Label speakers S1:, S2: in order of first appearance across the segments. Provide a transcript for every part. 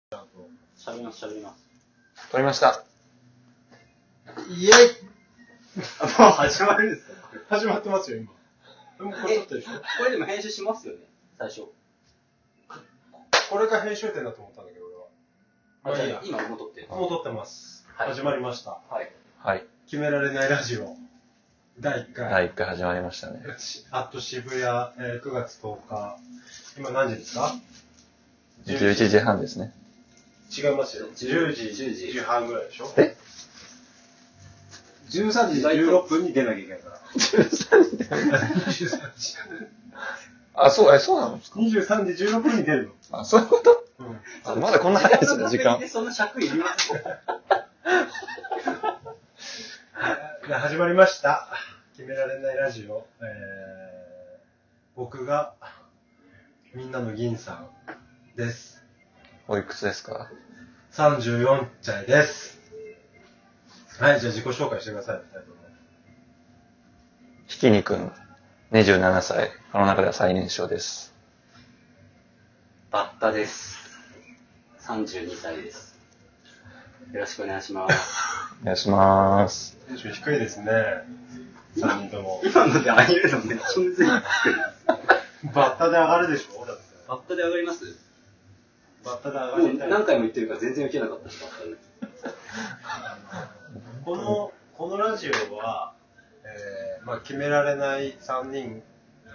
S1: じゃあ、あと、喋ります、喋ります。
S2: 撮りました。
S3: イエイ
S1: あ、もう始まるんですか
S3: 始まってますよ、今。でもこれ撮ってるでしょ
S1: これでも編集しますよね、最初。
S3: これが編集点だと思ったんだけど、俺は。まあいいや。
S1: 今もう撮ってる。
S3: もう撮ってます。
S1: はい
S3: 始まりました。
S1: はい。
S2: はい。
S3: 決められないラジオ。第1回。
S2: 第1回始まりましたね。
S3: しあと渋谷、えー9月10日。今何時ですか
S2: 11時半ですね。
S3: 違いますよ。
S1: 10
S3: 10
S1: 時
S3: 時、
S1: 10時
S3: 半ぐらいでしょ
S2: え
S3: ?13時16分に出なきゃいけないから。23時。
S2: あ、そう、え、そうなの
S3: 23時16分に出る
S2: あ、そういうこと
S3: の。うん。
S2: あまだこんな早いです ね、時間。
S1: そんな尺いります
S3: で始まりました。決められないラジオ。えー、僕が、みんなの銀さんです。
S2: おいくつですか
S3: 34歳です。はい、じゃあ自己紹介してください、二人とも
S2: ひきにくん、27歳。この中では最年少です。
S1: バッタです。32歳です。よろしくお願いします。
S2: お願いしまーす。
S3: テンション低いですね。3人とも。
S1: 今のであげるのめっちゃむずい。
S3: バッタで上がるでしょだって
S1: バッタで上がります
S3: バッタで
S1: も
S3: 上が
S1: う
S3: りたい。
S1: 何回も言ってるから全然受けなかったです、バッタね。
S3: この、このラジオは、えー、まあ決められない3人、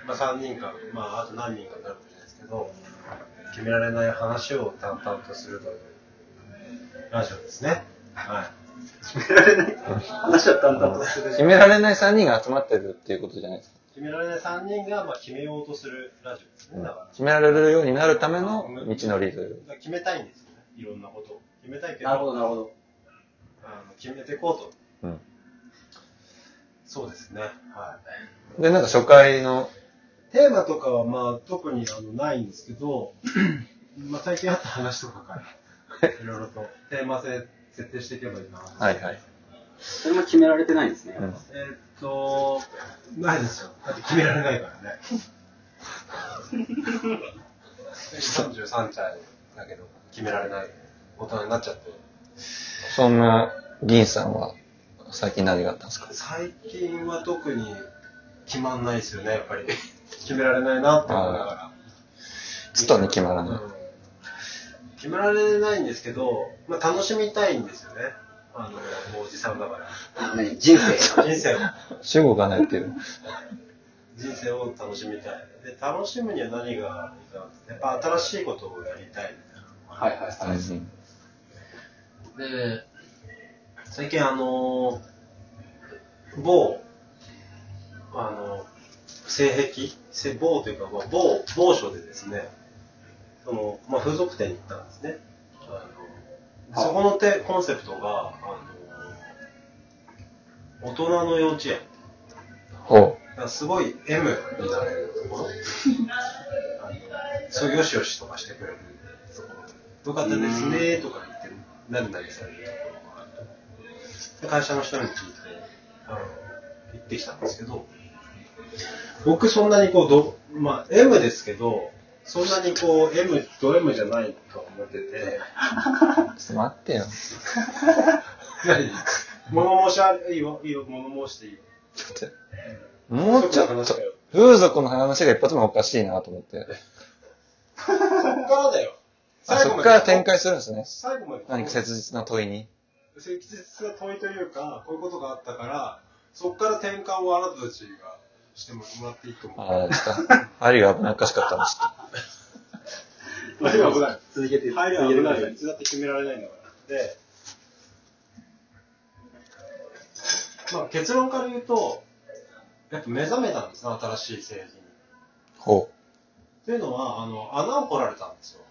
S3: まあ3人か、まああと何人かになるといいんですけど、決められない話を淡々とするというラジオですね。は
S1: 決められない話は淡々とする
S2: 決められない3人が集まってるっていうことじゃないですか。
S3: い。決められない3人が、まあ決めようとするラジオですね。だから
S2: 決められるようになるための道のりという。
S3: だから決めたいんですよね。いろんなことを。決めたいけど、
S1: なるほど、なるほど。
S3: あの決めていこうと。
S2: うん。
S3: そうですね。はい。
S2: で、なんか初回の、
S3: テーマとかはまあ特にあのないんですけ ど、まあ最近あった話とかから、いろいろとテーマ性設定していけばいいな。
S2: はいはい。
S1: それも決められてないんですね。
S2: うん
S3: えーっと、ないですよ。だって決められないからね。33歳だけど、決められない大人になっちゃって。
S2: そんな、銀さんは、最近何があったんですか
S3: 最近は特に決まんないですよね、やっぱり。決められないなって思いながら。
S2: ずっとに決まらない。
S3: うん決められないんですけど、まあ、楽しみたいんですよね。あの、もうおじさんだから。
S1: 何人生。
S3: 人 生を、
S2: 主語がないっていう。
S3: 人生を楽しみたい。で、楽しむには何がいいかってやっぱ新しいことをやりたいみたい
S1: はいはいはい。
S2: うん
S3: な。で、最近あの、某、あの、性癖せ某というか、まあ、某、某所でですね、その、まあ、風俗店に行ったんですね。あのそこのてコンセプトが、あの、大人の幼稚園。
S2: ほ
S3: だからすごい M になれる ところ。あのそう、よしよしとかしてくれるところ。よかったですねとか言って、何々されるところがあってで会社の人に聞いて、あの、行ってきたんですけど、僕そんなにこう、ど、まあ、M ですけど、そんなにこう、M、ド M じゃないとは思ってて、
S2: う。ちょっと待ってよ。
S3: 何物申しは、いいよ、いいよ、物申していいよ。
S2: もうちょっ
S3: 風俗の話
S2: と
S3: だよ、
S2: 風俗の話が一発目おかしいなと思って。
S3: そっからだよ。
S2: あそ
S3: ま
S2: こ
S3: で
S2: から展開するんですね。
S3: 最後まで。
S2: 何か切実な問いに。
S3: 切実が問いというか、こういうことがあったから、そこから転換をあなたたちがしてもらっていいと思う。
S2: ああ、ですか。針が危なっかしかったんです。
S3: 入りは危ない。
S1: 続けて、
S3: 入り
S1: 続けてく
S3: は
S1: だ
S3: 危
S1: さ
S3: ない。いつだって決められないんだから。で、まあ結論から言うと、やっぱ目覚めたんですね、新しい製品に。
S2: ほ
S3: というのは、あの、穴を掘られたんですよ。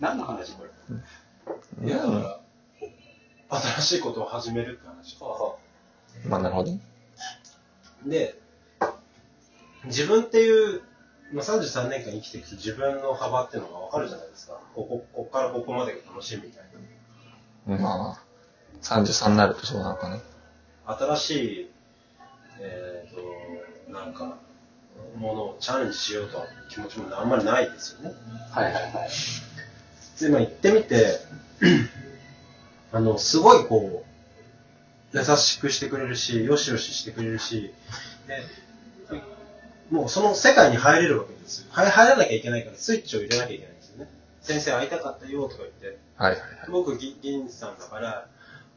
S1: 何の話これ
S2: う。
S3: いや、だ
S2: うん
S3: から、新しいことを始めるって話。
S2: まあ、なるほど。
S3: で、自分っていう、まあ、33年間生きてきて自分の幅っていうのがわかるじゃないですか。ここ、こっからここまでが楽しいみたい
S2: まあ、33になるとそうなのかね。
S3: な。新しい、えっ、と、なんか、ものをチャレンジしようとは気持ちもあんまりないですよね。
S1: はいはいはい。
S3: で、まあ行ってみて、あの、すごいこう、優しくしてくれるし、よしよししてくれるし、で、もうその世界に入れるわけですよ。入入らなきゃいけないから、スイッチを入れなきゃいけないんですよね。先生会いたかったよとか言って、
S2: はいはいはい。
S3: 僕、銀銀さんだから、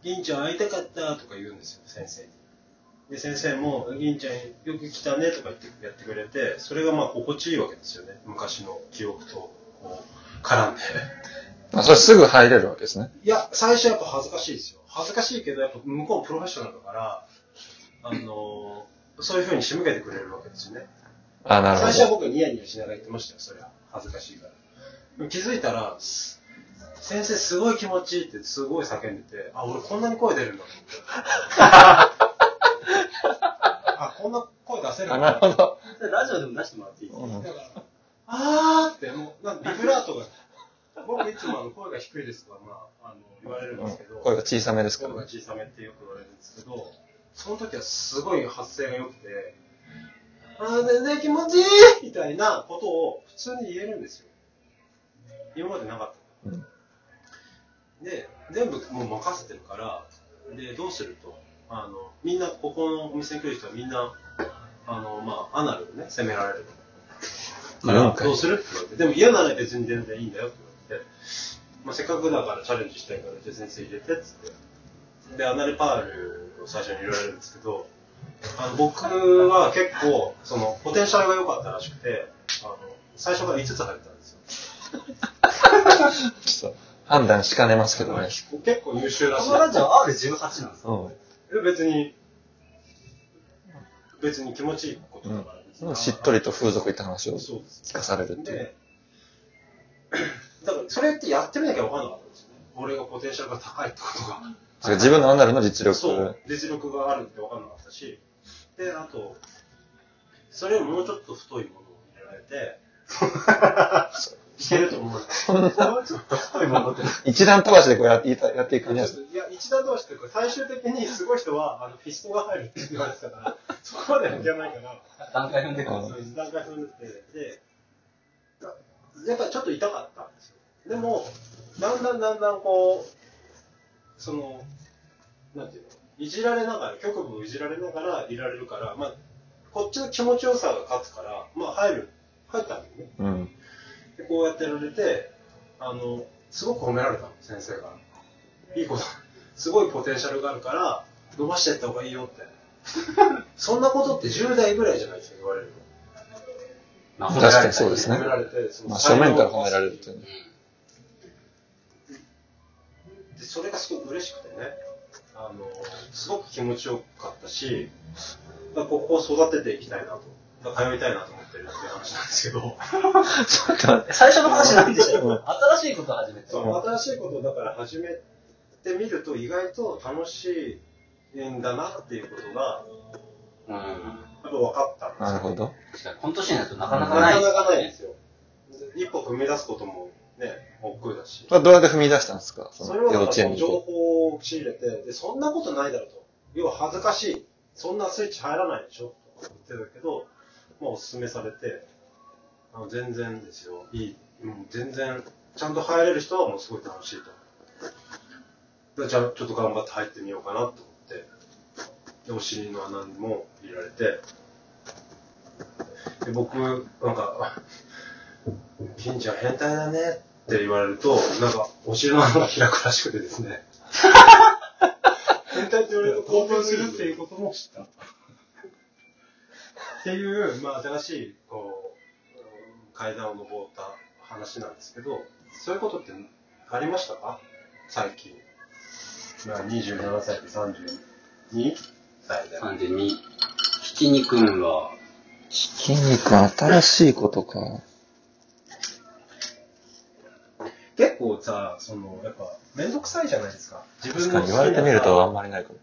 S3: 銀ちゃん会いたかったとか言うんですよ、先生に。で、先生も、銀ちゃんよく来たねとか言ってやってくれて、それがまあ心地いいわけですよね。昔の記憶と、こう、絡んで。
S2: まあ、それすぐ入れるわけですね。
S3: いや、最初やっぱ恥ずかしいですよ。恥ずかしいけど、やっぱ向こうもプロフェッショナルだから、あのーそういうふうに仕向けてくれるわけですよね。
S2: あ、なる
S3: 最初は
S2: ほど。
S3: 僕はニヤニヤしながら言ってましたよ、それは。恥ずかしいから。でも気づいたら、す先生すごい気持ちいいってすごい叫んでて、あ、俺こんなに声出るんだ と思って。あ、こんな声出せるん
S2: あ、な
S3: だ
S2: る。ほど。
S1: ラジオでも出してもらっていいですか
S2: うん
S3: あーって、もう、なんかビブラートが、僕いつもあの声が低いですとか、まあ、あの言われるんですけど、
S2: 声が小さめですか
S3: 声が
S2: らね。
S3: 小さめってよく言われるんですけど、その時はすごい発声が良くて、あー全然気持ちいいみたいなことを普通に言えるんですよ。今までなかった。
S2: うん
S3: で、全部もう任せてるから、で、どうすると、あの、みんな、ここのお店に来る人はみんな、あの、まあ、アナルをね、責められる。
S2: なん
S3: どうするって言われて、でも嫌なら別に全然いいんだよって言われて、まあ、せっかくだからチャレンジしたいから、じゃあ先生入れてっつって。で、アナルパールを最初に入れられるんですけど、あの僕は結構、その、ポテンシャルが良かったらしくて、あの、最初から5つ入ったんですよ。
S2: ちょっと判断しかねますけどね。
S3: 結構優秀らしい。
S1: このラジオ R18 なんですよ。
S2: うん。
S3: え別に、別に気持ちいいことだから、別に
S2: しっとりと風俗行った話を
S3: そうです。
S2: 聞かされるっていう。
S3: で、だからそれってやってみなきゃ分かんなかったんですよね。俺がポテンシャルが高いってことが。
S2: それ自分のアナルの実
S3: そ
S2: 力。、
S3: う実力があるって分かんなかったし、で、あと、それよりもうちょっと太いものを入れられ て、いけると思う。
S2: そんな、
S3: もうちょっと太いものって。
S2: 一段飛ばしでこうやっていたやっていく感
S3: い
S2: じ
S3: や
S2: なんですね、
S3: 一段同士っていうか、最終的にすごい人は、あの、フィストが入るって言われてたから、そこまではいけないから、
S1: 段階踏んでくるん
S2: う
S1: で
S2: ん
S1: すよ。
S3: そう段階踏んでて、で、だやっぱりちょっと痛かったんですよ。でも、だんだんだんだんこう、その、なんていうの、いじられながら、局部をいじられながらいられるから、まあ、こっちの気持ちよさが勝つから、まあ入る、入ったんだよね。
S2: うん。
S3: で、こうやってやられて、あの、すごく褒められたの、先生が。いい子だ。すごいポテンシャルがあるから、伸ばしていった方がいいよって。そんなことって10代ぐらいじゃないですか、言われるの。
S1: まあ
S2: 確かにそうですね
S3: 褒められて、その
S2: まあ正面から褒められるって いうね。
S3: でそれがすごく嬉しくてね、あのすごく気持ちよかったし、だからここを育てていきたいなと、だから通いたいなと思ってるっていう話なんです けど、
S2: ちょっと待って
S1: 最初の話なんでしたよ。新しいことを始めて。
S3: その新しいことをだから始めてみると、意外と楽しいんだなっていうことが、
S1: うん。
S3: やっぱ分かったんですよ
S2: なるほど。
S1: 確かに、この年になるとなかなかない。
S3: なかなかないですよ。一歩踏み出すこともね、億劫だし。
S2: まあどうやって踏み出したんですかそ
S3: そ
S2: の
S3: れは
S2: 幼
S3: だか
S2: 稚
S3: ら
S2: 園に
S3: こう情
S2: こ
S3: 報を仕入れてで、そんなことないだろうと。要は恥ずかしい。そんなスイッチ入らないでしょとか言ってたけど、まあおすすめされて、あの全然ですよ。いい。うん、全然、ちゃんと入れる人はもうすごい楽しいと。でじゃあちょっと頑張って入ってみようかなと思って、でお尻の穴にも入れられて、で僕、なんか、 金ちゃん変態だねって言われると、なんか、お尻の穴が開くらしくてですね。変態って言われると興奮するっていうことも知った。っていう、まあ、新しい、こううん、階段を登った話なんですけど、そういうことってありましたか最近。まあ、27歳で32歳で。
S1: 32。ひきにくんは、
S2: う。筋肉新しいことか。
S3: 結構さ、その、やっぱ、めんどくさいじゃないですか。自
S2: 確
S3: 分
S2: か
S3: の
S2: に言われてみる
S3: 好きな
S2: と
S3: さ
S2: あんまりないかも。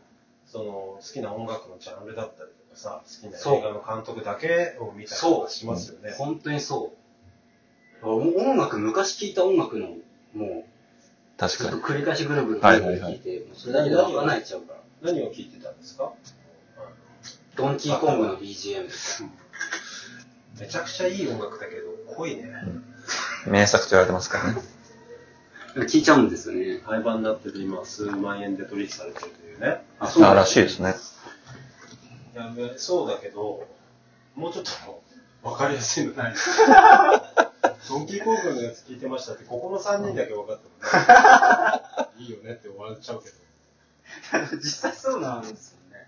S3: その好きな音楽のジャンルだったりとかさ、好き
S1: そう
S3: な映画の監督だけを見たりと
S1: そう
S3: かしますよね。
S1: 本当にそう。音楽、昔聴いた音楽の、もう、
S2: 確
S1: ずっ
S2: か
S1: と
S2: に。
S1: 繰り返しぐるぐる
S2: はいはいは
S1: 聴
S2: い
S1: いて、もうそれだけで分かられちゃうから。
S3: 何を聞いてたんですか
S1: ドンキーコングの BGM です。
S3: めちゃくちゃいい音楽だけど、濃いね。
S2: 名作と言われてますからね。
S1: 聞いちゃうんですよね。
S3: 廃盤になってて今、数万円で取引されてるというね。
S1: あ、そう
S2: あ
S1: なん
S2: ら
S1: だ
S2: しいですね。
S3: いや、そうだけど、もうちょっと分かりやすいの ないドンキーコングのやつ聞いてましたって、ここの3人だけ分かった もんね。いいよねって終わっちゃうけど。
S1: 実際そうなんですよね。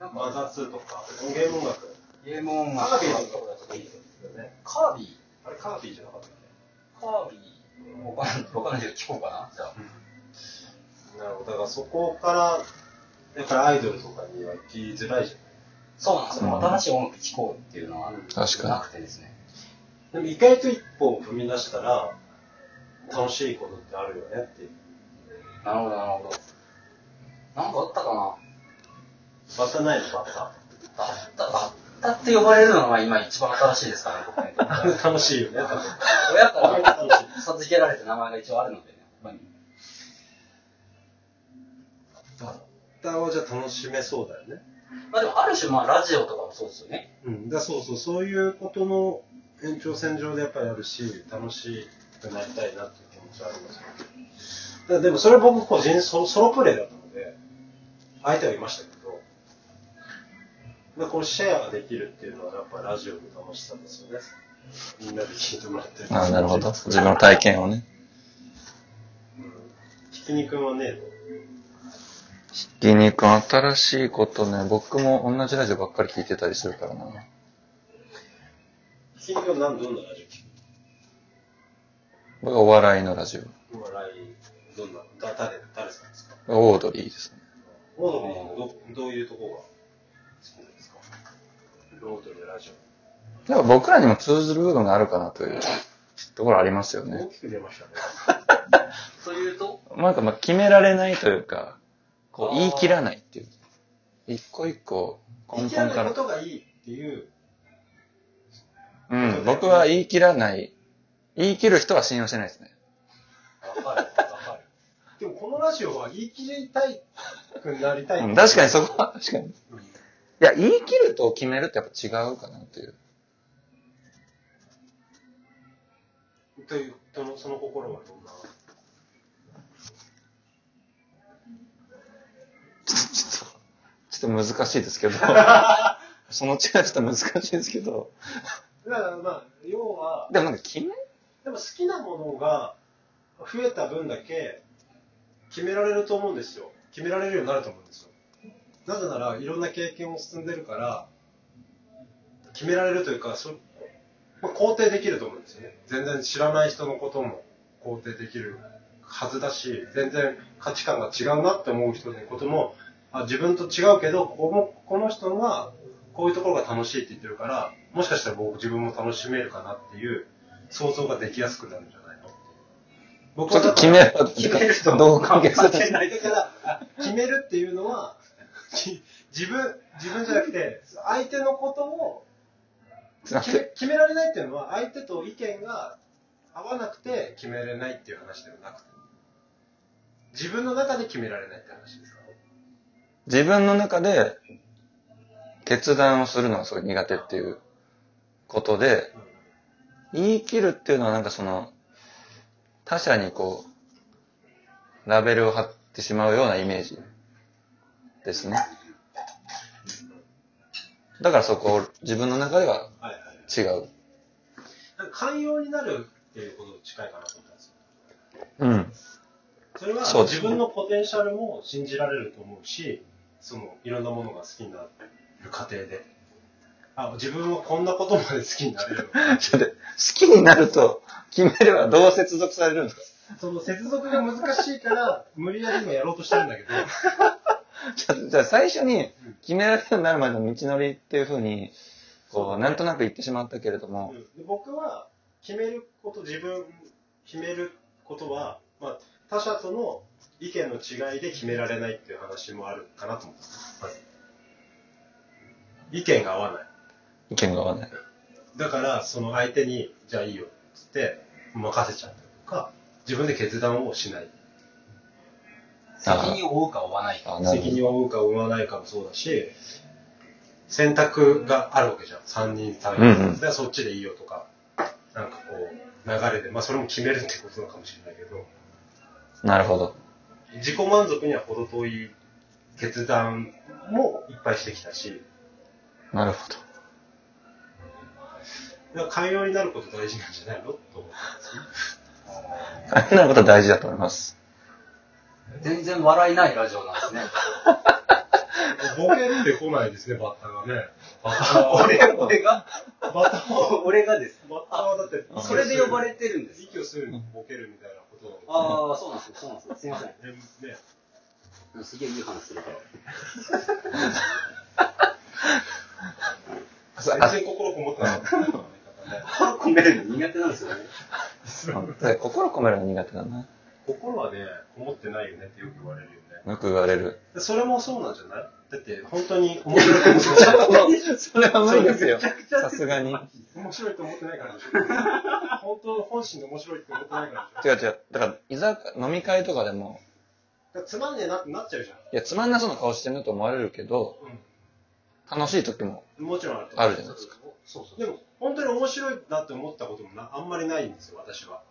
S1: なん
S3: マザ
S1: か、
S3: ー2とか、音源音楽。
S1: ゲーム音
S3: カ
S1: 楽
S3: ービィとかだといいですよね。
S1: カービィ
S3: あれカービィじゃなかったっ
S1: カービィわかんないわかんないけど聞こうかな。じゃあ。
S3: けなるほど。だからそこから、やっぱりアイドルとかには行きづらいじゃん。
S1: そうなんですよ。
S2: うん
S1: 新しい音楽聴こうっていうのは
S2: 確かに
S1: なくてですね。
S3: でも意外と一歩を踏み出したら、楽しいことってあるよねっていう。
S1: なるほど、なるほど。なんかあったかな
S3: バッタないの、バッタ。
S1: バッタ、バッタって呼ばれるのが今一番新しいですかね、僕ね。
S3: あれ楽しいよね、多分
S1: 親か
S3: あれ
S1: ら
S3: 楽しい。
S1: 授けられた名前が一応あるのでね、やっぱり。
S3: バッターはじゃあ楽しめそうだよね。
S1: まあでもある種、まあラジオとかもそうですよね。
S3: うん、だそうそう、そういうことの延長線上でやっぱりあるし、楽しくなりたいなっていう気持ちはありますよね。だからでもそれは僕個人ソロソロプレイだったので、相手はいましたけど、まあこのシェアができるっていうのはやっぱラジオの楽しさですよね。みんなで聞いてもらってる。
S2: あなるほど。自分の体験をね。
S3: うん。ひき肉はね、
S2: ひき肉、新しいことね、僕も同じラジオばっかり聞いてたりするからな。
S3: ひき肉は何どんなラジオ聞く
S2: 僕はお笑いのラジ
S3: お笑い、どんな、だ誰、誰さんですか
S2: オ。オードリーですね。
S3: オードリーのどどういうところが好きなんですかロードのラジ
S2: やっぱ僕らにも通ずる部分があるかなというところありますよ
S3: オ、
S2: ね
S3: 大。きく出ましたね。
S1: というと、
S2: なんかまあ決められないというか、こ
S1: あ
S2: う
S1: ー
S2: 言い切らないっていう。一個一個根
S3: 生き
S2: 本
S3: ら
S2: か
S3: ないこ
S2: ら。
S3: とがいいっていう、
S2: うん、僕は言い切らない。言い切る人は信用してないですね。
S1: わかる、わかる。
S3: でもこのラジオは言い切りたいくなりたい、
S2: うん、確かにそこは、確かに。いや、言い切ると決めるってやっぱ違うかなっていう。
S3: という、そのその心はどんな。
S2: ちょっと、ちょっと難しいですけ ど。その違いちょっと難しいですけど。
S3: だからまあ、要は、
S2: でもなんか決め
S3: でも好きなものが増えた分だけ決められると思うんですよ。決められるようになると思うんですよ。なぜなら、いろんな経験を積んでるから、決められるというか、そまあ、肯定できると思うんですよね。全然知らない人のことも肯定できるはずだし、全然価値観が違うなって思う人のことも、あ自分と違うけど、このこの人がこういうところが楽しいって言ってるから、もしかしたら僕自分も楽しめるかなっていう想像ができやすくなるんじゃないの僕
S2: ちょ
S3: は
S2: っと
S3: だから
S2: 決めると
S3: 決めると
S2: どう関係する
S3: 関係ないだからあ決めるっていうのはき自分自分じゃなくて相手のことを
S2: つなっ
S3: 決め
S2: て。
S3: 決められないっていうのは相手と意見が合わなくて決められないっていう話ではなくて自分の中で決められないって話ですか
S2: 自分の中で決断をするのがすごい苦手っていうことで、言い切るっていうのはなんかその、他者にこう、ラベルを貼ってしまうようなイメージですね。だからそこを自分の中では
S3: はいはい
S2: 違う。
S3: なんか寛容になるっていうことに近いかなと思ったんですよ
S2: うん。
S3: それは
S2: そうです
S3: 自分のポテンシャルも信じられると思うし、そのいろんなものが好きになる過程で。あ、自分はこんなことまで好きになれるのか
S2: ちょっと、好きになると決めればどう接続されるんですか
S3: その接続が難しいから、無理やり今やろうとしてるんだけど、
S2: じゃあ、じゃあ最初に決められるようになるまでの道のりっていうふうに、こう、なんとなく言ってしまったけれども、
S3: で僕は決めること、自分、決めることは、まあ、他者との意見の違いで決められないっていう話もあるかなと思ったんですまず意見が合わない。
S2: 意見が合わない。
S3: だから、その相手に、じゃあいいよ、つって、任せちゃうとか、自分で決断をしない。
S1: 責任を負うか負わないか。
S2: あ、なるほ
S3: 責
S2: ど。
S3: 任を負うか負わないかもそうだし、選択があるわけじゃん。3人、3人。
S2: うんうん
S3: でそっちでいいよとか、なんかこう、流れで、まあそれも決めるってことなのかもしれないけど、
S2: なるほど。
S3: 自己満足には程遠い決断もいっぱいしてきたし、
S2: なるほど。
S3: だから寛容になること大事なんじゃないのと思う。
S2: 大変なことは大事だと思います。
S1: 全然笑いないラジオなんですね。
S3: ボケってこないですね、バッタがね。バッタは、俺、
S1: 俺が
S3: バッタは、
S1: 俺がです。
S3: バッタはだって、
S1: それで呼ば
S3: れ
S1: れてるんです。
S3: 息をするにボケるみたいなことを。
S1: ああ、そうなんですよ、そうなんですよ。すいません。
S3: でね、
S1: うんすげえいい話するから。
S2: あ
S3: 全然心こもってなかった。
S1: 心込めるの苦手なんですよね。
S2: で心込めるの苦手だな。
S3: 心はね、こもってないよねってよく言われるよね。
S2: よく言われる。
S3: でそれもそうなんじゃないだって、本当に面白いと思ってない。
S2: それは無理ですよ。さすがに。違
S3: 面白いと思ってないから でしょ。本当、本心で面白いって思ってないからでしょ。
S2: う違う。だから、居酒屋、飲み会とかでも、
S3: だからつまんねえなってなっちゃうじゃん。
S2: いや、つまんなそうな顔してるなと思われるけど、楽しい時も。
S3: うん。もちろんあると
S2: あるじゃないです
S3: か。そうそう。でも、本当に面白いなって思ったこともなあんまりないんですよ、私は。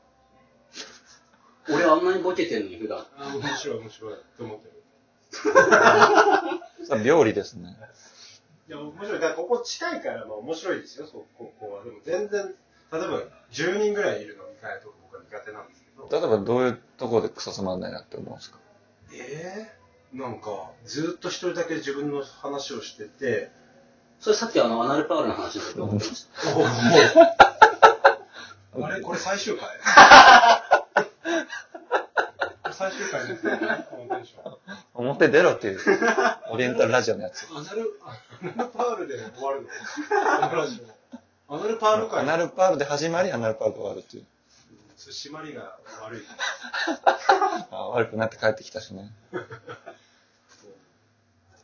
S1: 俺あんなにボケてんのに普段。
S3: あー面白い、面白いって思ってる。
S2: それは病理ですね。
S3: いや、面白い。だから、ここ近いから、まあ、面白いですよ、そうここは。でも、全然、例えば、10人ぐらいいる飲み会とか僕は苦手なんですけど。
S2: 例えばどういうところでクソつまんないなって思うんですか
S3: えー、なんか、ずっと一人だけ自分の話をして て、
S1: それさっきあの、アナルパールの話の時思ってました。
S3: おおおあれこれ最終回最終回ですね。このテンション
S2: 表出ろっていう、オリエンタルラジオのやつ。
S3: アナル、アナルパールで終 わるのこのラジオ。アナルパール
S2: ア
S3: 会
S2: ナルパールで始まり、アナルパールで終わるっていう。
S3: そう締まりが悪い。
S2: あ悪くなって帰ってきたしね。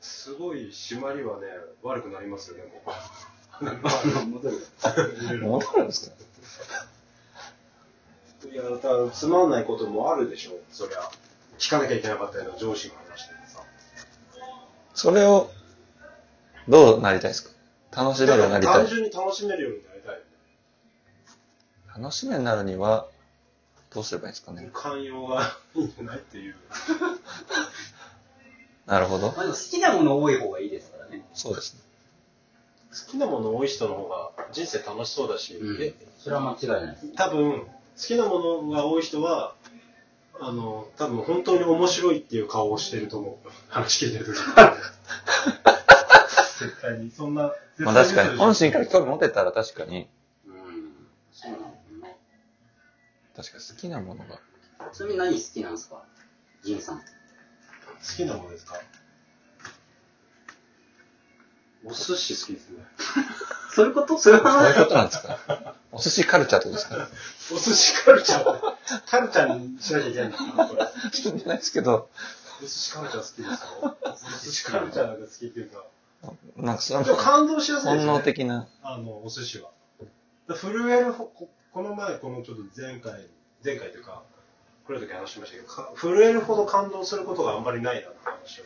S3: すごい締まりはね、悪くなりますよね、もう。
S1: 戻る
S2: 戻るんですか
S3: いや、だからつまんないこともあるでしょ、そりゃ。聞かなきゃいけなかったような上司の話とかさ。
S2: それを、どうなりたいですか楽しめるようになりた
S3: 単
S2: い。
S3: 純に楽しめるようになりたいよね。
S2: 楽しめるようになるには、どうすればいいですかね。
S3: 寛容がいいんじゃないっていう。
S2: なるほど
S1: まあ。でも好きなもの多い方がいいですからね。
S2: そうですね。
S3: 好きなもの多い人の方が人生楽しそうだし、
S1: うん
S3: え
S1: それは間違いないです。
S3: 多分、好きなものが多い人は、あの、多分本当に面白いっていう顔をしてると思う。話聞いてる時絶対に、そんな、
S2: まあ確かに、本
S3: 絶
S2: 心か
S3: 対
S2: ら興味持てたら確かに、
S1: うん。そうなのか
S2: 確かに好きなものが。
S1: な。ちなみに何好きなんですか銀さん。
S3: 嘘でしょ好きなものですかお寿司好きですね。
S1: そういうことそういう
S2: そういう
S1: 話
S2: ことなんですかお寿司カルチャーってことですか
S3: お寿司カルチャーをカルチャーにしなきゃいけないんだな、これ。
S2: 知らないですけど、
S3: お寿司カルチャー好きですよ。お寿司カルチャーが好きっていうか。
S2: なんかその
S3: でも感動しやすい
S2: 本
S3: ですね。
S2: 能的な。
S3: あの、お寿司は。だから震えるほ、ここの前、このちょっと前回、前回というか、来る時話しましたけどか、震えるほど感動することがあんまりないなって話を、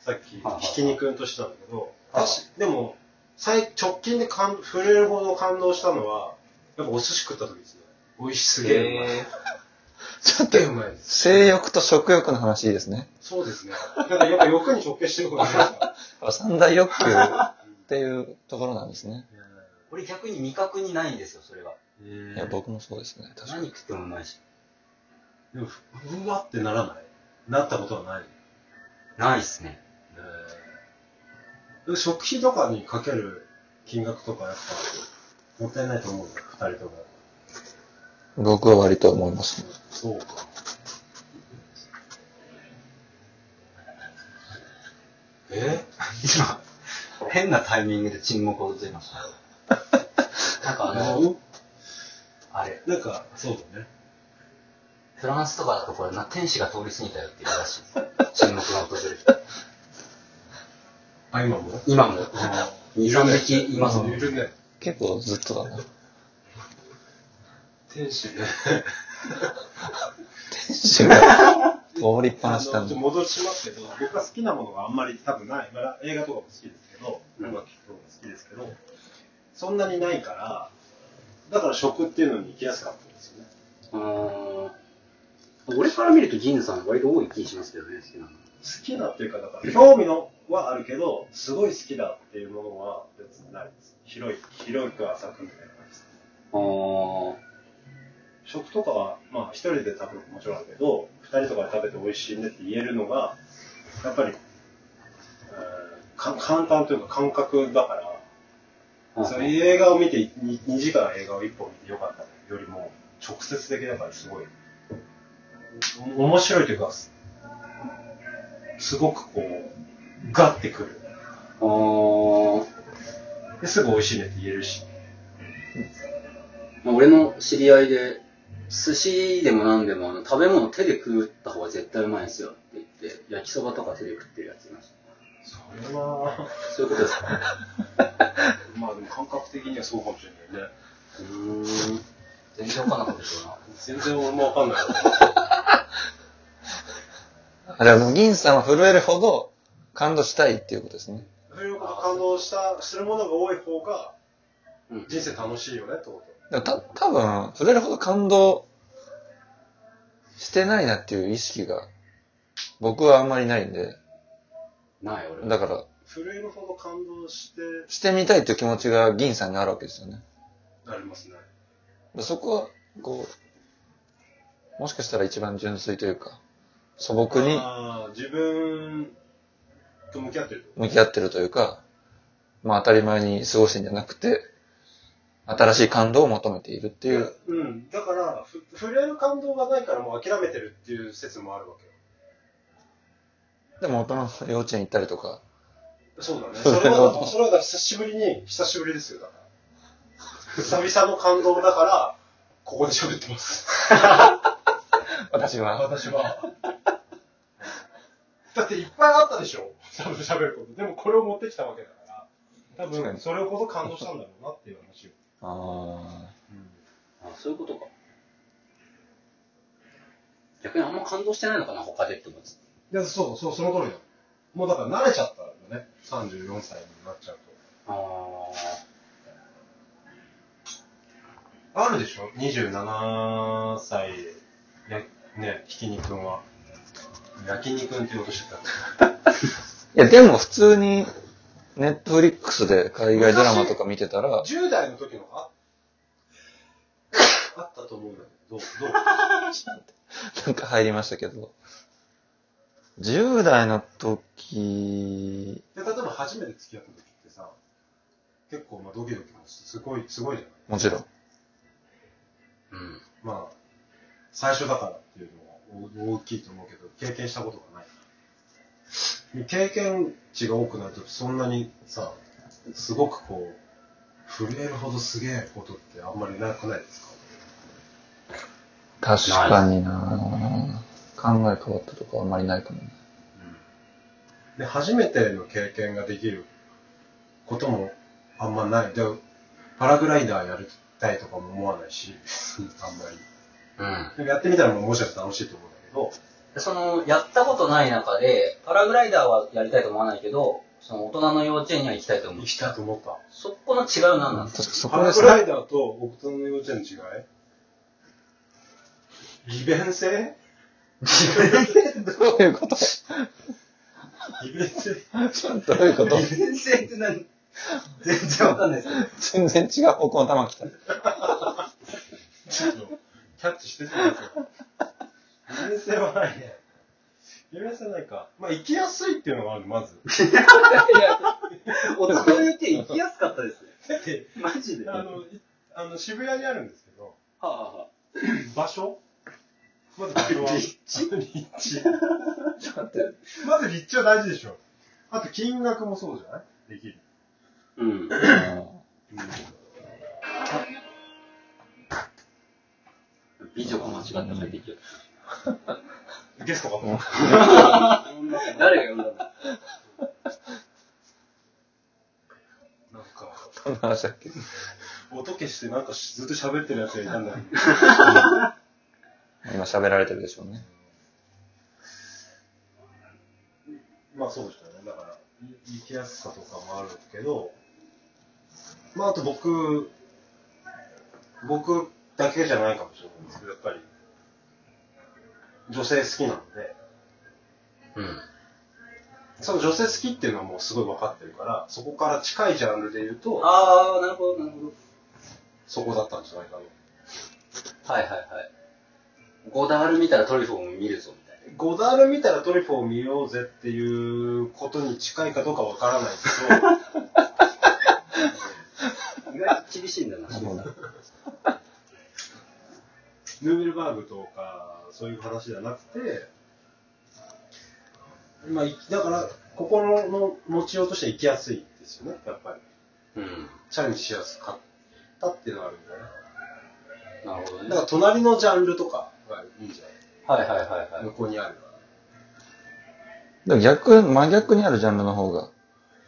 S3: さっき、
S1: はいはい
S3: ひき肉としたんだけど、
S1: はい
S3: 私でも、最、直近で感震えるほど感動したのは、やっぱお寿司食った時ですね。美味しすげえうまい。
S1: へー
S2: ちょっ
S3: す
S2: と
S3: げえ、うまいです。
S2: 性欲と食欲の話いいですね。
S3: そうですね。なんかやっぱ欲に直結してることがありますから。
S2: 三大欲求っていうところなんですね。
S1: 俺逆に味覚にないんですよ、それが。
S3: うん
S2: いや、僕もそうですね。確かに。
S1: 何食ってもうまいし。
S3: でもうわってならないなったことはない。
S1: ないっすね。
S3: でも食費とかにかける金額とかやっぱもったいないと思うよ、二人とも。
S2: 僕は割と思いますね。
S3: そうか。え
S1: 今、変なタイミングで沈黙を取りま した。なんかあの、
S3: な
S1: あれ、
S3: んか、そうだね。
S1: フランスとかだとこれな、天使が通り過ぎたよって言うらしい。沈黙が訪れる。
S3: あ、今も。
S1: 今も、
S3: い
S1: 2、
S3: るね
S1: 3匹いますもん
S3: いるね。
S2: 結構ずっとだな。
S3: 天使ね。
S2: 天使が通りっぱなし
S3: あ
S2: な
S3: の
S2: んで
S3: ちょっと。戻しますけど、僕は好きなものがあんまり多分ない。まあ、映画とかも好きですけど、
S1: うん
S3: 音楽聴くのもきですけど、そんなにないから、だから食っていうのに行きやすかったんですよね。
S1: あー俺から見ると銀さん割と多い気がしますけどね、好きなの。
S3: 好きだっていうか、だから興味のはあるけど、すごい好きだっていうものは別にないです。広い、広く浅くみたいな感じです。
S1: あ
S3: 食とかは、まあ一人で食べるのももちろんあるけど、二人とかで食べて美味しいねって言えるのが、やっぱり、うんか簡単というか感覚だから、
S1: あ。
S3: それ映画を見て、に 2, 時間映画を1本見てよかったよりも、直接的だからすごい、お面白いというか、すすごくこう、ガッてくる。
S1: あー
S3: ですぐ美味しいねって言えるし。
S1: まあ、俺の知り合いで、寿司でも何でもあの食べ物手で食った方が絶対うまいんですよって言って、焼きそばとか手で食ってるやついまし
S3: それは、
S1: た。そういうことですか
S3: まあでも感覚的にはそうかもしれないね。
S1: うーん。全然わかんなかったですよな。
S3: 全然俺もわかんない。
S2: あ、じゃあもう銀さんは震えるほど感動したいっていうことですね。
S3: そういうこと感動した、するものが多い方が
S1: うん、
S3: 人生楽しいよねってこ
S2: で
S3: と。
S2: もた、多分、震えるほど感動してないなっていう意識が、僕はあんまりないんで、
S1: ない俺。
S2: だから、
S3: 震えるほど感動して、
S2: してみたいっていう気持ちが銀さんにあるわけですよね。
S3: ありますね。
S2: でそこは、こう、もしかしたら一番純粋というか、素朴に
S3: あー自分と向き合ってると。
S2: 向き合ってるというか、まあ当たり前に過ごしてんじゃなくて、新しい感動を求めているっていう。
S3: うん。だから、ふ触れる感動がないからもう諦めてるっていう説もあるわけよ。
S2: でも大人の幼稚園行ったりとか、
S3: そうだね。それは、それはだから久しぶりに、久しぶりですよ、だから。久々の感動だから、ここで喋ってます。
S2: 私は、
S3: 私は。 だっていっぱいあったでしょ多分喋ること。でもこれを持ってきたわけだから。多
S2: 確か
S3: 分、
S2: に
S3: それほど感動したんだろうなっていう話を。
S2: あ
S1: あそういうことか。逆にあんま感動してないのかな、他でって思ってた。
S3: いや、そう、そう、その通りだ。もうだから慣れちゃったんだよね。34歳になっちゃうと。
S1: あ
S3: あるでしょ ?27 歳、や、ね、ひき肉は。焼肉って言おうとしてた。
S2: ーいやでも普通に、ネットフリックスで海外ドラマとか見てたら、
S3: 10代の時のああったと思うんだけど、どうどう
S2: なんか入りましたけど、10代の時、
S3: で例えば初めて付き合った時ってさ、結構まあドキドキもして、すごい、すごいじゃない
S2: もちろん、
S1: ーうん。
S3: まあ、最初だからっていうのは大大きいと思うけど、経験したことがない。経験値が多くなると、そんなにさ、すごくこう、震えるほどすげえことってあんまりなくないですか
S2: 確かにな考え変わったとかあんまりないかもね。
S3: で、初めての経験ができることもあんまない。で、パラグライダーやりたいとかも思わないし、 あんまり。
S1: うん。
S3: でもやってみたらもうもしかしたら楽しいと思うんだけど、
S1: その、やったことない中で、パラグライダーはやりたいと思わないけど、その大人の幼稚園には行きたいと思う
S3: 行。きたいと思った。
S1: そこの違うなんなんです
S2: 確かそ
S3: パ
S2: こ
S3: ラ
S2: で
S3: グ
S2: さ、
S3: ライダーと大人の幼稚園の違い利便性
S2: どういうこと
S3: 利便性
S2: どういう こと
S1: 利便性って何全然わかんないですけど。
S2: 全然違う方向の玉来た。
S3: ちょっとキャッチしてるんですよ。利便性はないね。利便性はないか。まあ、行きやすいっていうのがある、まず。
S1: 大人の幼稚園行きやすかったですね。
S3: だって、
S1: マジで。
S3: あ
S1: は
S3: の、いあの渋谷にあるんですけ ど、
S1: あはあは
S3: 場所まず場所は。 立地立地。まず立地は大事でしょ。あと金額もそうじゃないできる。
S1: うん。美女が間違った入ってきよ。
S3: ゲストかと思った。
S1: 誰が呼んだんだ
S3: なんか、
S2: こんな話だっけ
S3: 音消してなんかしずっと喋ってるやつがいたん だけど。
S2: 今喋られてるでしょうね。
S3: まあそうでしたね。だから、い行きやすさとかもあるけど、まあ、あと僕、僕だけじゃないかもしれないんですけど、やっぱり、女性好きなので、
S1: うん。
S3: その女性好きっていうのはもうすごい分かってるから、そこから近いジャンルで言うと、
S1: ああ、なるほど、なるほど。
S3: そこだったんじゃないかな。
S1: はいはいはい。ゴダール見たらトリュフォン見るぞ、みたい
S3: ゴダール見たらトリュフォを見ようぜっていうことに近いかどうかわからない
S1: な。意外と厳しいんだな、
S2: そうだ
S3: け ど、ヌーベルバーグとか、そういう話じゃなくて、まあ、いだから、心の持ちようとしては行きやすいですよね、やっぱり。
S1: うん。
S3: チャレンジしやすかったっていうのがあるんだよね。
S1: なるほど
S3: だ
S1: ね。
S3: から、隣のジャンルとかがいいんじゃ
S1: はいはいはいは
S3: ない
S1: い
S3: 向。こうにある。
S2: でも逆、真逆にあるジャンルの方が、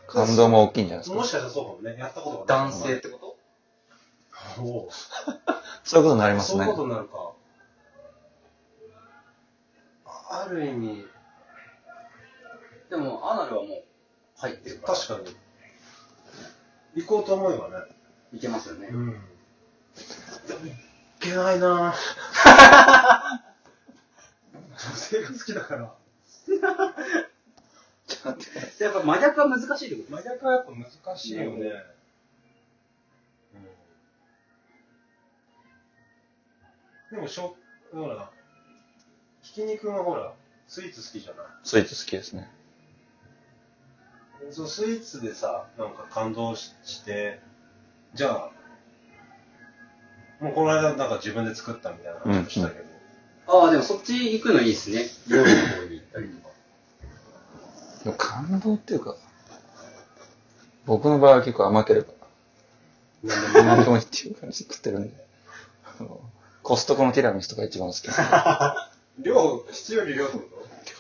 S2: 感動も大きいんじゃないですか。
S3: もしかしたらそうかもね、やったことがない
S1: 男性ってこと
S3: おう
S2: そういうことになります
S3: そうい
S2: ね
S3: うこ。とになるか。あある意味、
S1: でも、アナルはもう入ってるから。
S3: 確かに。行こうと思えばね。
S1: に。いけますよね。
S3: ん。いけないなぁ。女性が好きだから。
S1: やっぱ真逆は難しいってこ
S3: 真逆はやっぱ難しいよね。うん、でもしょ、ほら、ひき肉のほら、スイーツ好きじゃない
S2: スイーツ好きですね。
S3: そうスイーツでさなんか感動ししてじゃあもうこの間なんか自分で作ったみたいな話をしたけど、
S1: とああ、でもそっち行くのいいですね。料理の方に行ったりとか。
S2: でも感動っていうか、僕の場合は結構甘ければ、
S1: なんでも
S2: 何でもいいっていう感じで食ってるんで。あのコストコのティラミスとか一番好きなんで
S3: 量質より量ってこ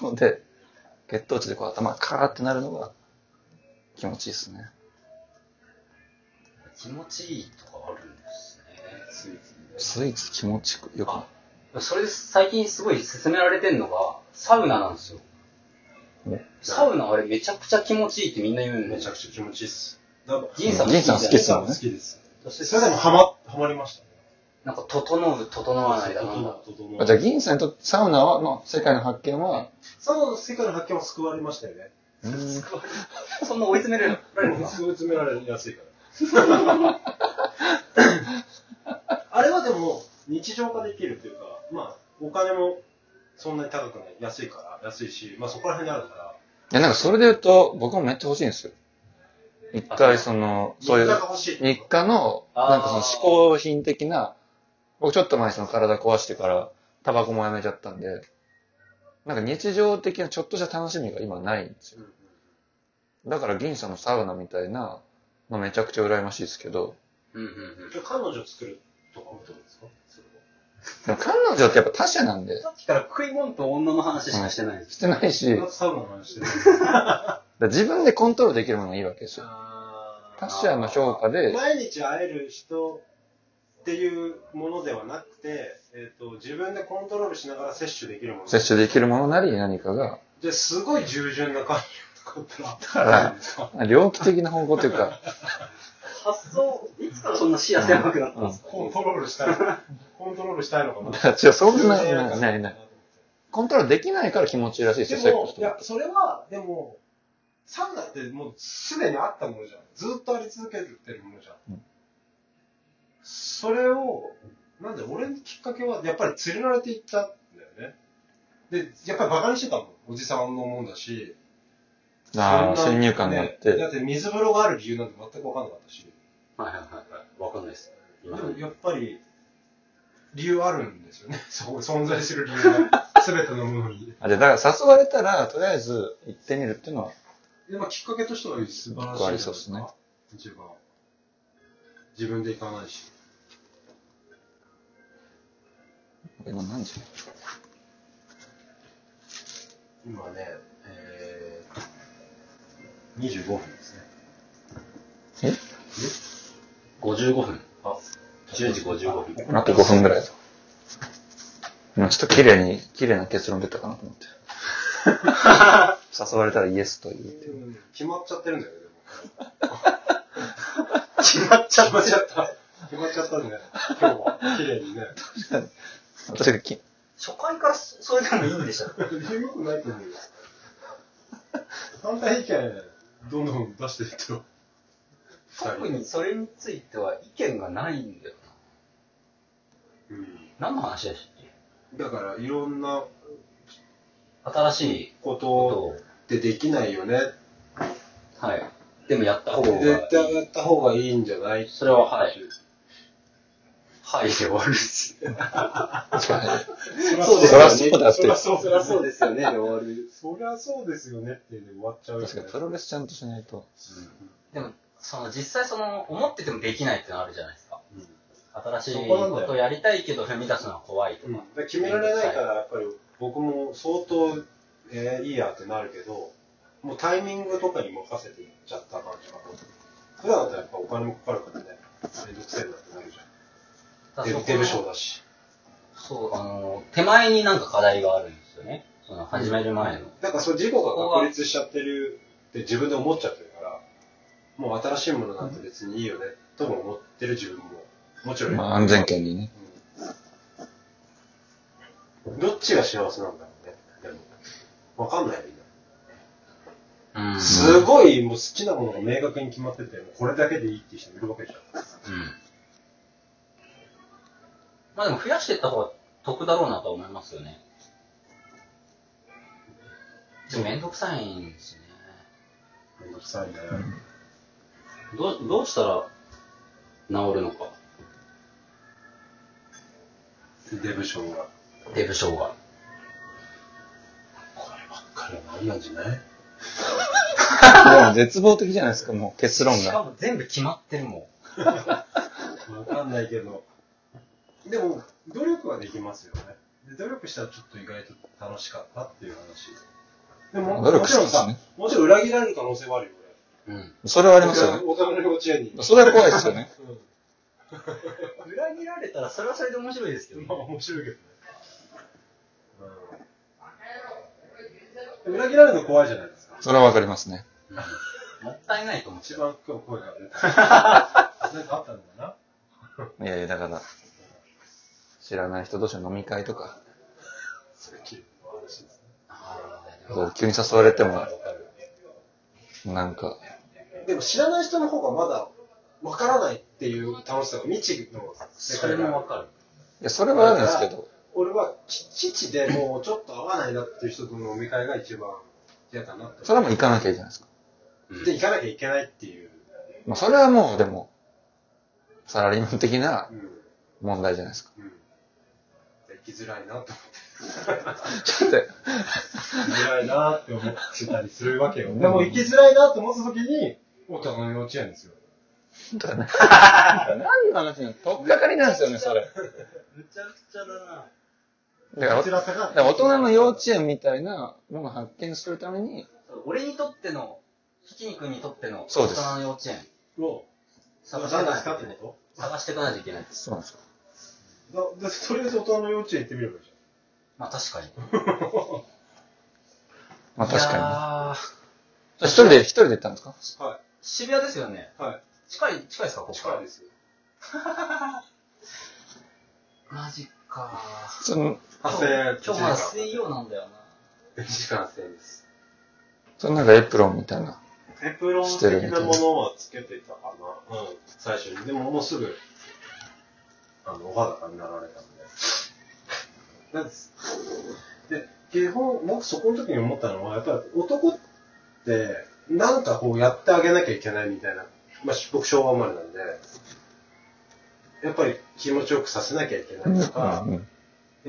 S2: 今日で、血糖値でこう頭カーってなるのが気持ちいいですね。
S1: 気持ちいいとかあるんですね。スイーツに
S2: スイーツ気持ちよくな
S1: それで最近すごい勧められてんのが、サウナなんですよ。
S2: ね
S1: サウナあれめちゃくちゃ気持ちいいってみんな言う
S3: と
S1: ん
S3: め
S1: で
S3: ちゃ。くちゃ気持ちいいっすだから
S1: 銀さん
S2: 銀さん好きっす
S1: よ。
S2: よね
S3: 好。きです
S1: 私
S3: それでもハマハマりましたね
S1: なんか、整う、整わないだなんだ。
S3: 整
S2: あじゃあ、銀さんにとってサウナはの世界の発見は、
S3: サウナの世界の発見も救われましたよね
S2: うーん
S1: そんな追い詰められるの
S3: すごい詰められやすいから あれはでも日常化できるっていうかまあお金もそんなに高くない安いから安いしまあそこら辺にあるから
S2: いや、なんかそれで言うと、僕もめっちゃ欲しいんですよ。一回その、そうい
S3: 日課
S2: う
S3: が、欲しい
S2: 日課の、
S1: あー
S2: なんかその嗜好品的な、僕ちょっと前にその体壊してから、タバコもやめちゃったんで、なんか日常的なちょっとした楽しみが今ないんですよ。だから銀さんのサウナみたいなのめちゃくちゃ羨ましいですけど、
S1: うんうんうん。
S3: 彼女作るとかもどうですか
S2: でも彼女ってやっぱ他者なんで、
S1: さっきから食い物と女の話しかしてないです。
S2: してないし、だか
S3: サウナの話してる
S2: ら自分でコントロールできるものがいいわけですよ。他者の評価で、
S3: 毎日会える人っていうものではなくて、えー、と自分でコントロールしながら摂取できるもの
S2: 摂取できるものなり何かが、
S3: ですごい従順な感じとかってあった
S2: から猟奇的な方向というか、
S1: 発想、いつからそんな視野狭くなったんですか
S3: コントロールしたい。コントロールしたいのかな。
S2: だ から違う、そんな、ないないない。。コントロールできないから気持ちいいらしいです
S3: で
S2: よ、
S3: も、い
S2: そういう
S3: や
S2: こ、
S3: それは、でも、サウナってもうすでにあったものじゃん。ずっとあり続けてるものじゃん。
S2: うん
S3: それを、なんで、俺のきっかけは、やっぱり連れられていったんだよね。で、やっぱりバカにしてたもん。おじさんのもんだし。
S2: と。ああ、
S3: そん
S2: 先入観があって。
S3: ねだって水風呂がある理由なんて全く分かんなかったし。
S1: はいはいはいはい。わかんないです。
S3: で
S1: 今
S3: もやっぱり、理由あるんですよね。 そう、存在する理由 が、すべてのものに。
S2: あ、じゃあだから誘われたら、とりあえず行ってみるっていうのは、
S3: でまあ、きっかけとしては素晴らしいんじゃない
S2: 結構ありそうっすね
S3: 一番。自分で行かないし。
S2: 今何時
S3: 今ね、えー、25分ですね。
S2: え
S1: 55分。
S3: あ、
S1: 10時55分。
S2: あと5分ぐらいだ。今ちょっと綺麗に、綺麗な結論出たかなと思 って。誘われたらイエスと言うっていう。
S3: 決まっちゃってるんだよね、でも
S1: 決まっちゃっ
S3: 決まっち
S1: て
S3: ゃった。決まっちゃったね。今日は。綺麗にね。
S2: 私がき、
S1: 初回からそそれでもいいんでしょ。
S3: よくないと思うよ。反対意見、どんどん出していってよ。
S1: 特にそれについては意見がないんだよ
S3: うん。
S1: な。何の話でしたっけ
S3: だから、いろんな
S1: 新しい
S3: こ
S1: こと
S3: と
S1: を。
S3: ってできないよね。
S1: はい。でもやった方が。
S3: 絶対やった方がいいんじゃない
S1: それははい。はいで終わるっす。
S3: そう
S2: そらそうだって
S3: そりゃそう
S1: そりゃそうですよね。で終わる。
S3: そりゃそうですよねってで終わっちゃうよね
S2: 確かにプロレスちゃんとしないと。
S1: でも、その実際その、思っててもできないってのあるじゃないですか。
S3: うん
S1: 新し
S3: そ
S1: い
S3: こなんだ
S1: こ
S3: よ
S1: とやりたいけど踏み出すのは怖いと
S3: うん
S1: か
S3: だ。から決められないから、やっぱり僕も相当、えーいいやってなるけど、もうタイミングとかに任せていっちゃった感じが、普段だとやっぱお金もかかるからね、めんどくせえなってなるじゃ
S1: だ
S3: ん。
S1: からそこの
S3: デブ賞だし。
S1: そう、あの、手前になんか課題があるんですよね。その、始める前の。
S3: なんかそう事故が確立しちゃってるって自分で思っちゃってるから、もう新しいものなんて別にいいよね、とも思ってる自分も、もちろんいる。
S2: まあ安全圏にね。
S3: うんどっちが幸せなんだろうね。でも、わかんないよ、みんな。
S1: うん。うん。
S3: すごいもう好きなものが明確に決まってて、もうこれだけでいいっていう人もいるわけじゃん。
S1: まあでも増やしていった方が得だろうなとは思いますよね。でもめんどくさいんですね。
S3: めんどくさいね。
S1: どう、どうしたら治るのか。
S3: デブ賞が。
S1: デブ症が。
S3: こればっかりは何なんじゃない
S2: もう絶望的じゃないですか、もう結論
S1: しか
S2: が。
S1: も全部決まってるもん。
S3: わかんないけど。でも、努力はできますよね。で努力したらちょっと意外と楽しかったっていう話。でも、
S2: 努
S3: も
S2: 力
S3: ち
S2: し
S3: ろ
S2: たん
S3: ん
S2: ですね
S3: さ、もちろん裏切られる可能性はあるよ、
S1: うん。
S2: それはあ
S3: 俺。
S2: りますよね。
S3: お金の幼稚園に。
S2: それは怖いですよね。
S3: うん
S1: 裏切られたらそれはそれで面白いですけど
S3: まあ
S1: ね。
S3: 面白いけどね。裏切られるの怖いじゃないですか。
S2: それはわかりますね。
S1: もったいないと思っ
S3: 一
S1: ちゃう。
S3: 番今日声が 出た。なんかあったのかない
S2: やいや、だから、知らない人同士の飲み会とか、
S3: それ切るのは嵐ですね。
S2: こう急に誘われても
S3: わ、かる。
S2: なんか、
S3: でも知らない人の方がまだわからないっていう楽しさが未知の世
S1: そ
S3: 界
S1: れ
S3: だ
S1: もわかる。
S2: いや、それはあるんですけど、
S3: 俺は父でもうちょっと合わないなっていう人との飲み会が一番嫌だなって。
S2: それはもう行かなきゃいいじゃないですか。
S3: で、行かなきゃいけないっていう。
S2: まあ、それはもう、でも、サラリーマン的な
S3: うん。
S2: 問題じゃないですか。
S3: うん。生きづらいなと
S2: ちょっと、
S3: 生きづらいなって思ってたりするわけよ。でも生きづらいなって思った時に、大人の幼稚園ですよ。
S2: 何の話なのとっかかりなんですよね、それ。
S1: むちゃくちゃだな。
S2: だから、
S3: 辛さが
S2: だから大人の幼稚園みたいなものを発見するために、
S1: 俺にとっての、ひき肉にとっての、
S2: そうです
S1: 大人の幼稚園、
S3: を、
S1: 探してい
S3: 何
S1: か
S3: で
S1: な
S3: す
S1: きゃい
S3: かっ
S1: けな
S3: て
S1: い。
S3: こ
S1: 探していかなきゃいけない。
S2: そうなんですか。
S3: とだだとりあえず大人の幼稚園行ってみればいいじ
S1: まあ確かに。
S2: まあ、確
S1: いや
S2: か
S1: ー
S2: に。一人で、一人で行ったんですか
S3: ゃん。は
S1: 渋谷ですよね。
S3: い。は
S1: 近い、近いですか、ここ
S3: い。。近いですよ。
S1: マジか
S2: その、
S1: ー。
S3: 8000円。
S1: 今日まだ水曜なんだよな。
S3: 1時間8000円です。
S2: そのなんかエプロンみたいな。
S3: エプロン的なものはつけてたかな。うん。最初に。でももうすぐ、あの、お裸になられたんで。なんです。で、基本、僕そこの時に思ったのは、やっぱり男って、なんかこうやってあげなきゃいけないみたいな。まあ、僕昭和生まれなんで、やっぱり気持ちよくさせなきゃいけないとか、
S2: うん
S3: や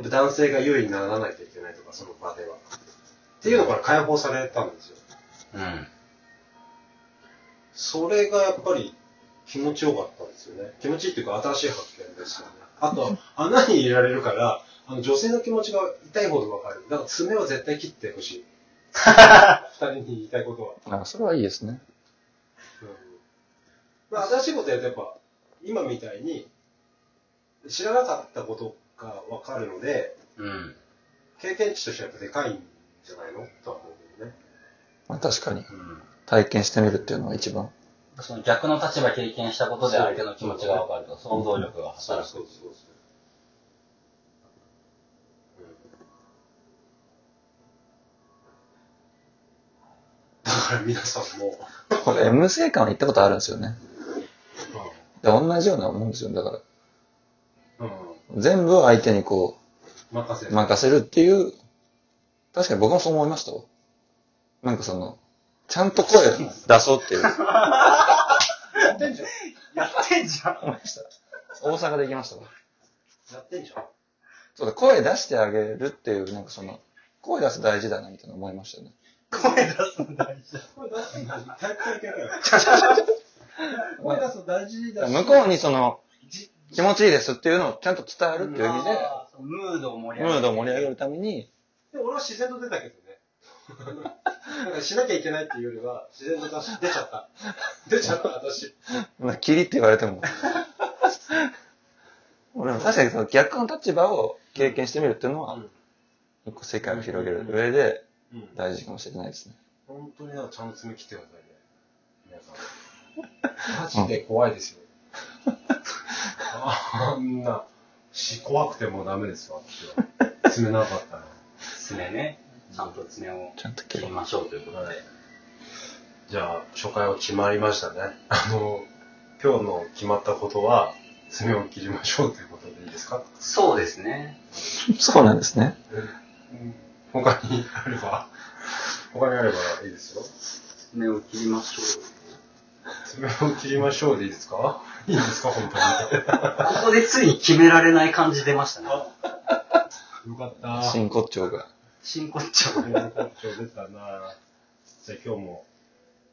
S3: っぱ男性が優位にならないといけないとか、その場では。っていうのから解放されたんですよ。
S1: うん。
S3: それがやっぱり気持ちよかったんですよね。気持ちいいっていうか新しい発見ですよね。あと、穴に入れられるから、あの女性の気持ちが痛いほどわかる。だから爪は絶対切ってほしい。二人に言いたいことは。
S2: あ、それはいいですね。
S3: うんまあ、新しいことやるとやっぱ、今みたいに知らなかったことがわかるので、
S1: うん。
S3: 経験値としてはやっぱでかいんじゃないのとは思うけどね。
S2: まあ、確かに。
S1: うん。
S2: 体験してみるっていうのが一番。
S1: その逆の立場経験したことで相手の気持ちが分かると、想像力が
S3: そう
S1: 働
S3: そ
S1: く。
S3: うそうそう。うんだから皆さんも、
S2: これ M 性館行ったことあるんですよね。で同じようなもんですよ。だから、
S3: うん、
S2: 全部を相手にこ
S3: 任せ
S2: う、
S3: る。
S2: 任せるっていう、確かに僕もそう思いましたわなんかその、ちゃんと声出そうっていう。
S3: やってんじゃん。やってんじゃん。
S2: 思いました。大阪で行きましたわ
S3: やってんじゃん。
S2: そうだ、声出してあげるっていう、なんかその、声出す大事だな、みたいな思いましたね。
S4: 声出すの大事だ。
S3: 声出すの大事。体育会系だよ。
S4: 声出すの大事だし。
S2: 向こうにその、気持ちいいですっていうのをちゃんと伝えるっていう意味で、
S1: あーそのムードを盛り
S2: ム
S1: 上
S2: ー
S1: げ
S2: ドを盛り上げるために、
S3: でも俺は自然と出たけどね。 なんかしなきゃいけないっていうよりは、自然と出し出ちゃった。出ちゃった、私。
S2: まあ、キリって言われても。俺も確かにその逆の立場を経験してみるっていうのは
S3: うん、
S2: 一個世界を広げる上で
S3: うん。
S2: 大事かもしれないですね。
S3: 本当になんかちゃんと爪切ってくださ いね。皆さん。マジで怖いですよ。あんな、し、怖くてもうダメですわ、私は。爪なかったら。
S1: す。爪ね。ちゃんと爪を
S2: ちゃんと切
S1: 切
S2: る
S1: り。ましょうということ
S3: はい
S1: で。
S3: じゃあ、初回は決まりましたね。あの、今日の決まったことは、爪を切りましょうということでいいですか
S1: そうですね。
S2: そうなんですね。
S3: 他にあれば、他にあればいいですよ。
S1: 爪を切りましょう。
S3: 爪を切りましょうでいいですかいいんですか本 当
S1: ここでついに決められない感じ出ましたね。
S3: に。よかった。
S2: 真骨頂が。
S1: 真骨頂。
S3: 全国出たなじゃあ今日も、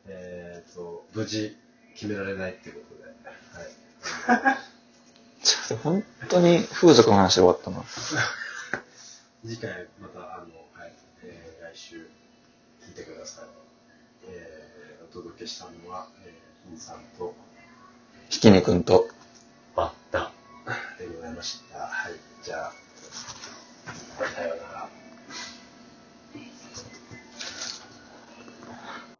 S3: えー、と、無事決められないっていうことで。はい。
S2: ちょっと本当に風俗の話で終わったな。
S3: 次回また、あの、はい、えー来週聞いてください。えーお届けしたのは、えー、金さんと
S2: ひき肉んと。
S1: バッタ。
S3: でございました。はい。じゃあ、